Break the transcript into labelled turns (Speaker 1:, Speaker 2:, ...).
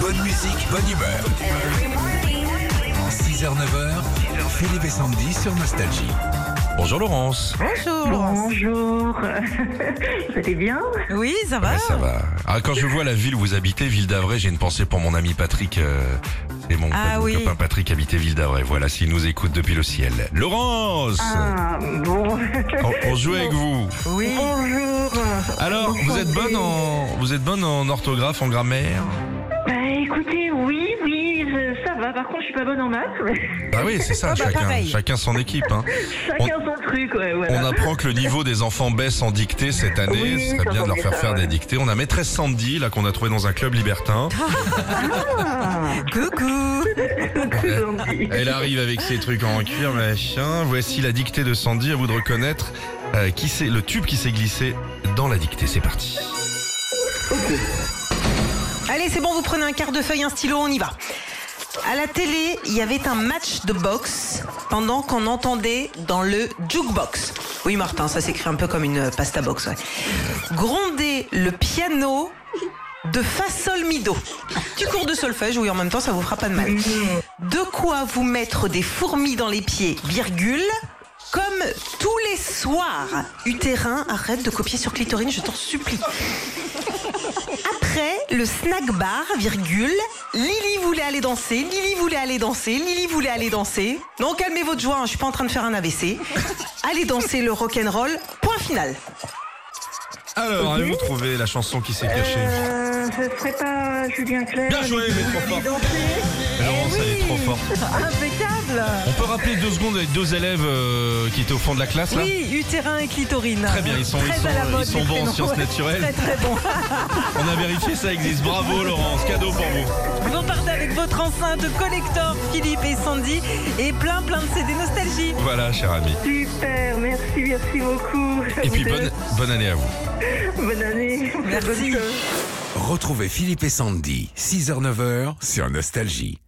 Speaker 1: Bonne musique, bonne humeur. 6h, 9h, Philippe et Sandy sur Nostalgie.
Speaker 2: Bonjour Laurence.
Speaker 3: Bonjour Laurence.
Speaker 4: Bonjour, vous allez bien
Speaker 3: Oui, ça va
Speaker 2: Ouais, ça va. Ah, quand je vois la ville où vous habitez, Ville d'Avray, j'ai une pensée pour mon ami Patrick. euh, c'est mon,
Speaker 3: Ah
Speaker 2: mon
Speaker 3: oui.
Speaker 2: copain Patrick habitait Ville d'Avray. Voilà, s'il nous écoute depuis le ciel. Laurence
Speaker 4: Ah, bon.
Speaker 2: on, on joue avec vous.
Speaker 3: Oui.
Speaker 4: Bonjour.
Speaker 2: Alors, vous êtes bonne en, vous êtes bonne en orthographe, en grammaire
Speaker 4: Bah écoutez, oui, oui, je- ça va. Par contre, je suis pas bonne en maths. mais
Speaker 2: Bah oui, c'est ça.
Speaker 3: Ah bah,
Speaker 2: chacun,
Speaker 3: pareil.
Speaker 2: chacun son équipe. hein.
Speaker 4: Chacun son truc, ouais,
Speaker 2: On
Speaker 4: voilà.
Speaker 2: apprend que le niveau des enfants baisse en dictée cette année.
Speaker 4: Oui,
Speaker 2: Ce serait bien de leur
Speaker 4: j'entendais
Speaker 2: faire
Speaker 4: ça,
Speaker 2: faire des
Speaker 4: ouais.
Speaker 2: dictées. On a maîtresse Sandy, là, qu'on a trouvé dans un club libertin.
Speaker 3: Coucou.
Speaker 4: C'est Ah, gentil.
Speaker 2: Elle arrive avec ses trucs en cuir, machin. Voici la dictée de Sandy. À vous de reconnaître euh, qui c'est le tube qui s'est glissé dans la dictée. C'est parti.
Speaker 3: Allez, c'est bon, vous prenez un quart de feuille, un stylo, on y va. À la télé, il y avait un match de boxe pendant qu'on entendait dans le jukebox. Oui, Martin, ça s'écrit un peu comme une euh, pasta box, ouais. Gronder le piano de fa sol mi do. Du cours de solfège, oui, en même temps, ça vous fera pas de mal. De quoi vous mettre des fourmis dans les pieds, virgule, comme tous les soirs. Utérin, arrête de copier sur clitorine, je t'en supplie. Après, le snack bar, virgule. Lily voulait aller danser, Lily voulait aller danser, Lily voulait aller danser. Non, calmez votre joie, hein, je suis pas en train de faire un AVC. Allez danser le rock'n'roll, point final.
Speaker 2: Alors, avez-vous trouvé la chanson qui s'est cachée
Speaker 4: Euh, ce serait pas Julien Clerc.
Speaker 2: Bien joué, mais trop fort. Laurence, elle est trop forte.
Speaker 3: Impeccable
Speaker 2: On peut rappeler deux secondes les deux élèves euh, qui étaient au fond de la classe, là
Speaker 3: Oui, utérin et clitorine.
Speaker 2: Très bien, ils sont, ils sont, ils sont bons en sciences naturelles.
Speaker 3: très bon.
Speaker 2: On a vérifié, ça existe. Bravo, Laurence. Cadeau pour vous.
Speaker 3: Vous partez avec votre enceinte collector Philippe et Sandy et plein plein de CD nostalgie.
Speaker 2: Voilà, cher ami.
Speaker 4: Super, merci, merci beaucoup.
Speaker 2: Et
Speaker 4: Vous
Speaker 2: puis,
Speaker 4: deux,
Speaker 2: bonne, bonne année à vous.
Speaker 4: bonne année.
Speaker 3: Merci.
Speaker 4: Bonne chose.
Speaker 1: Retrouvez Philippe et Sandy, 6h, 9h sur Nostalgie.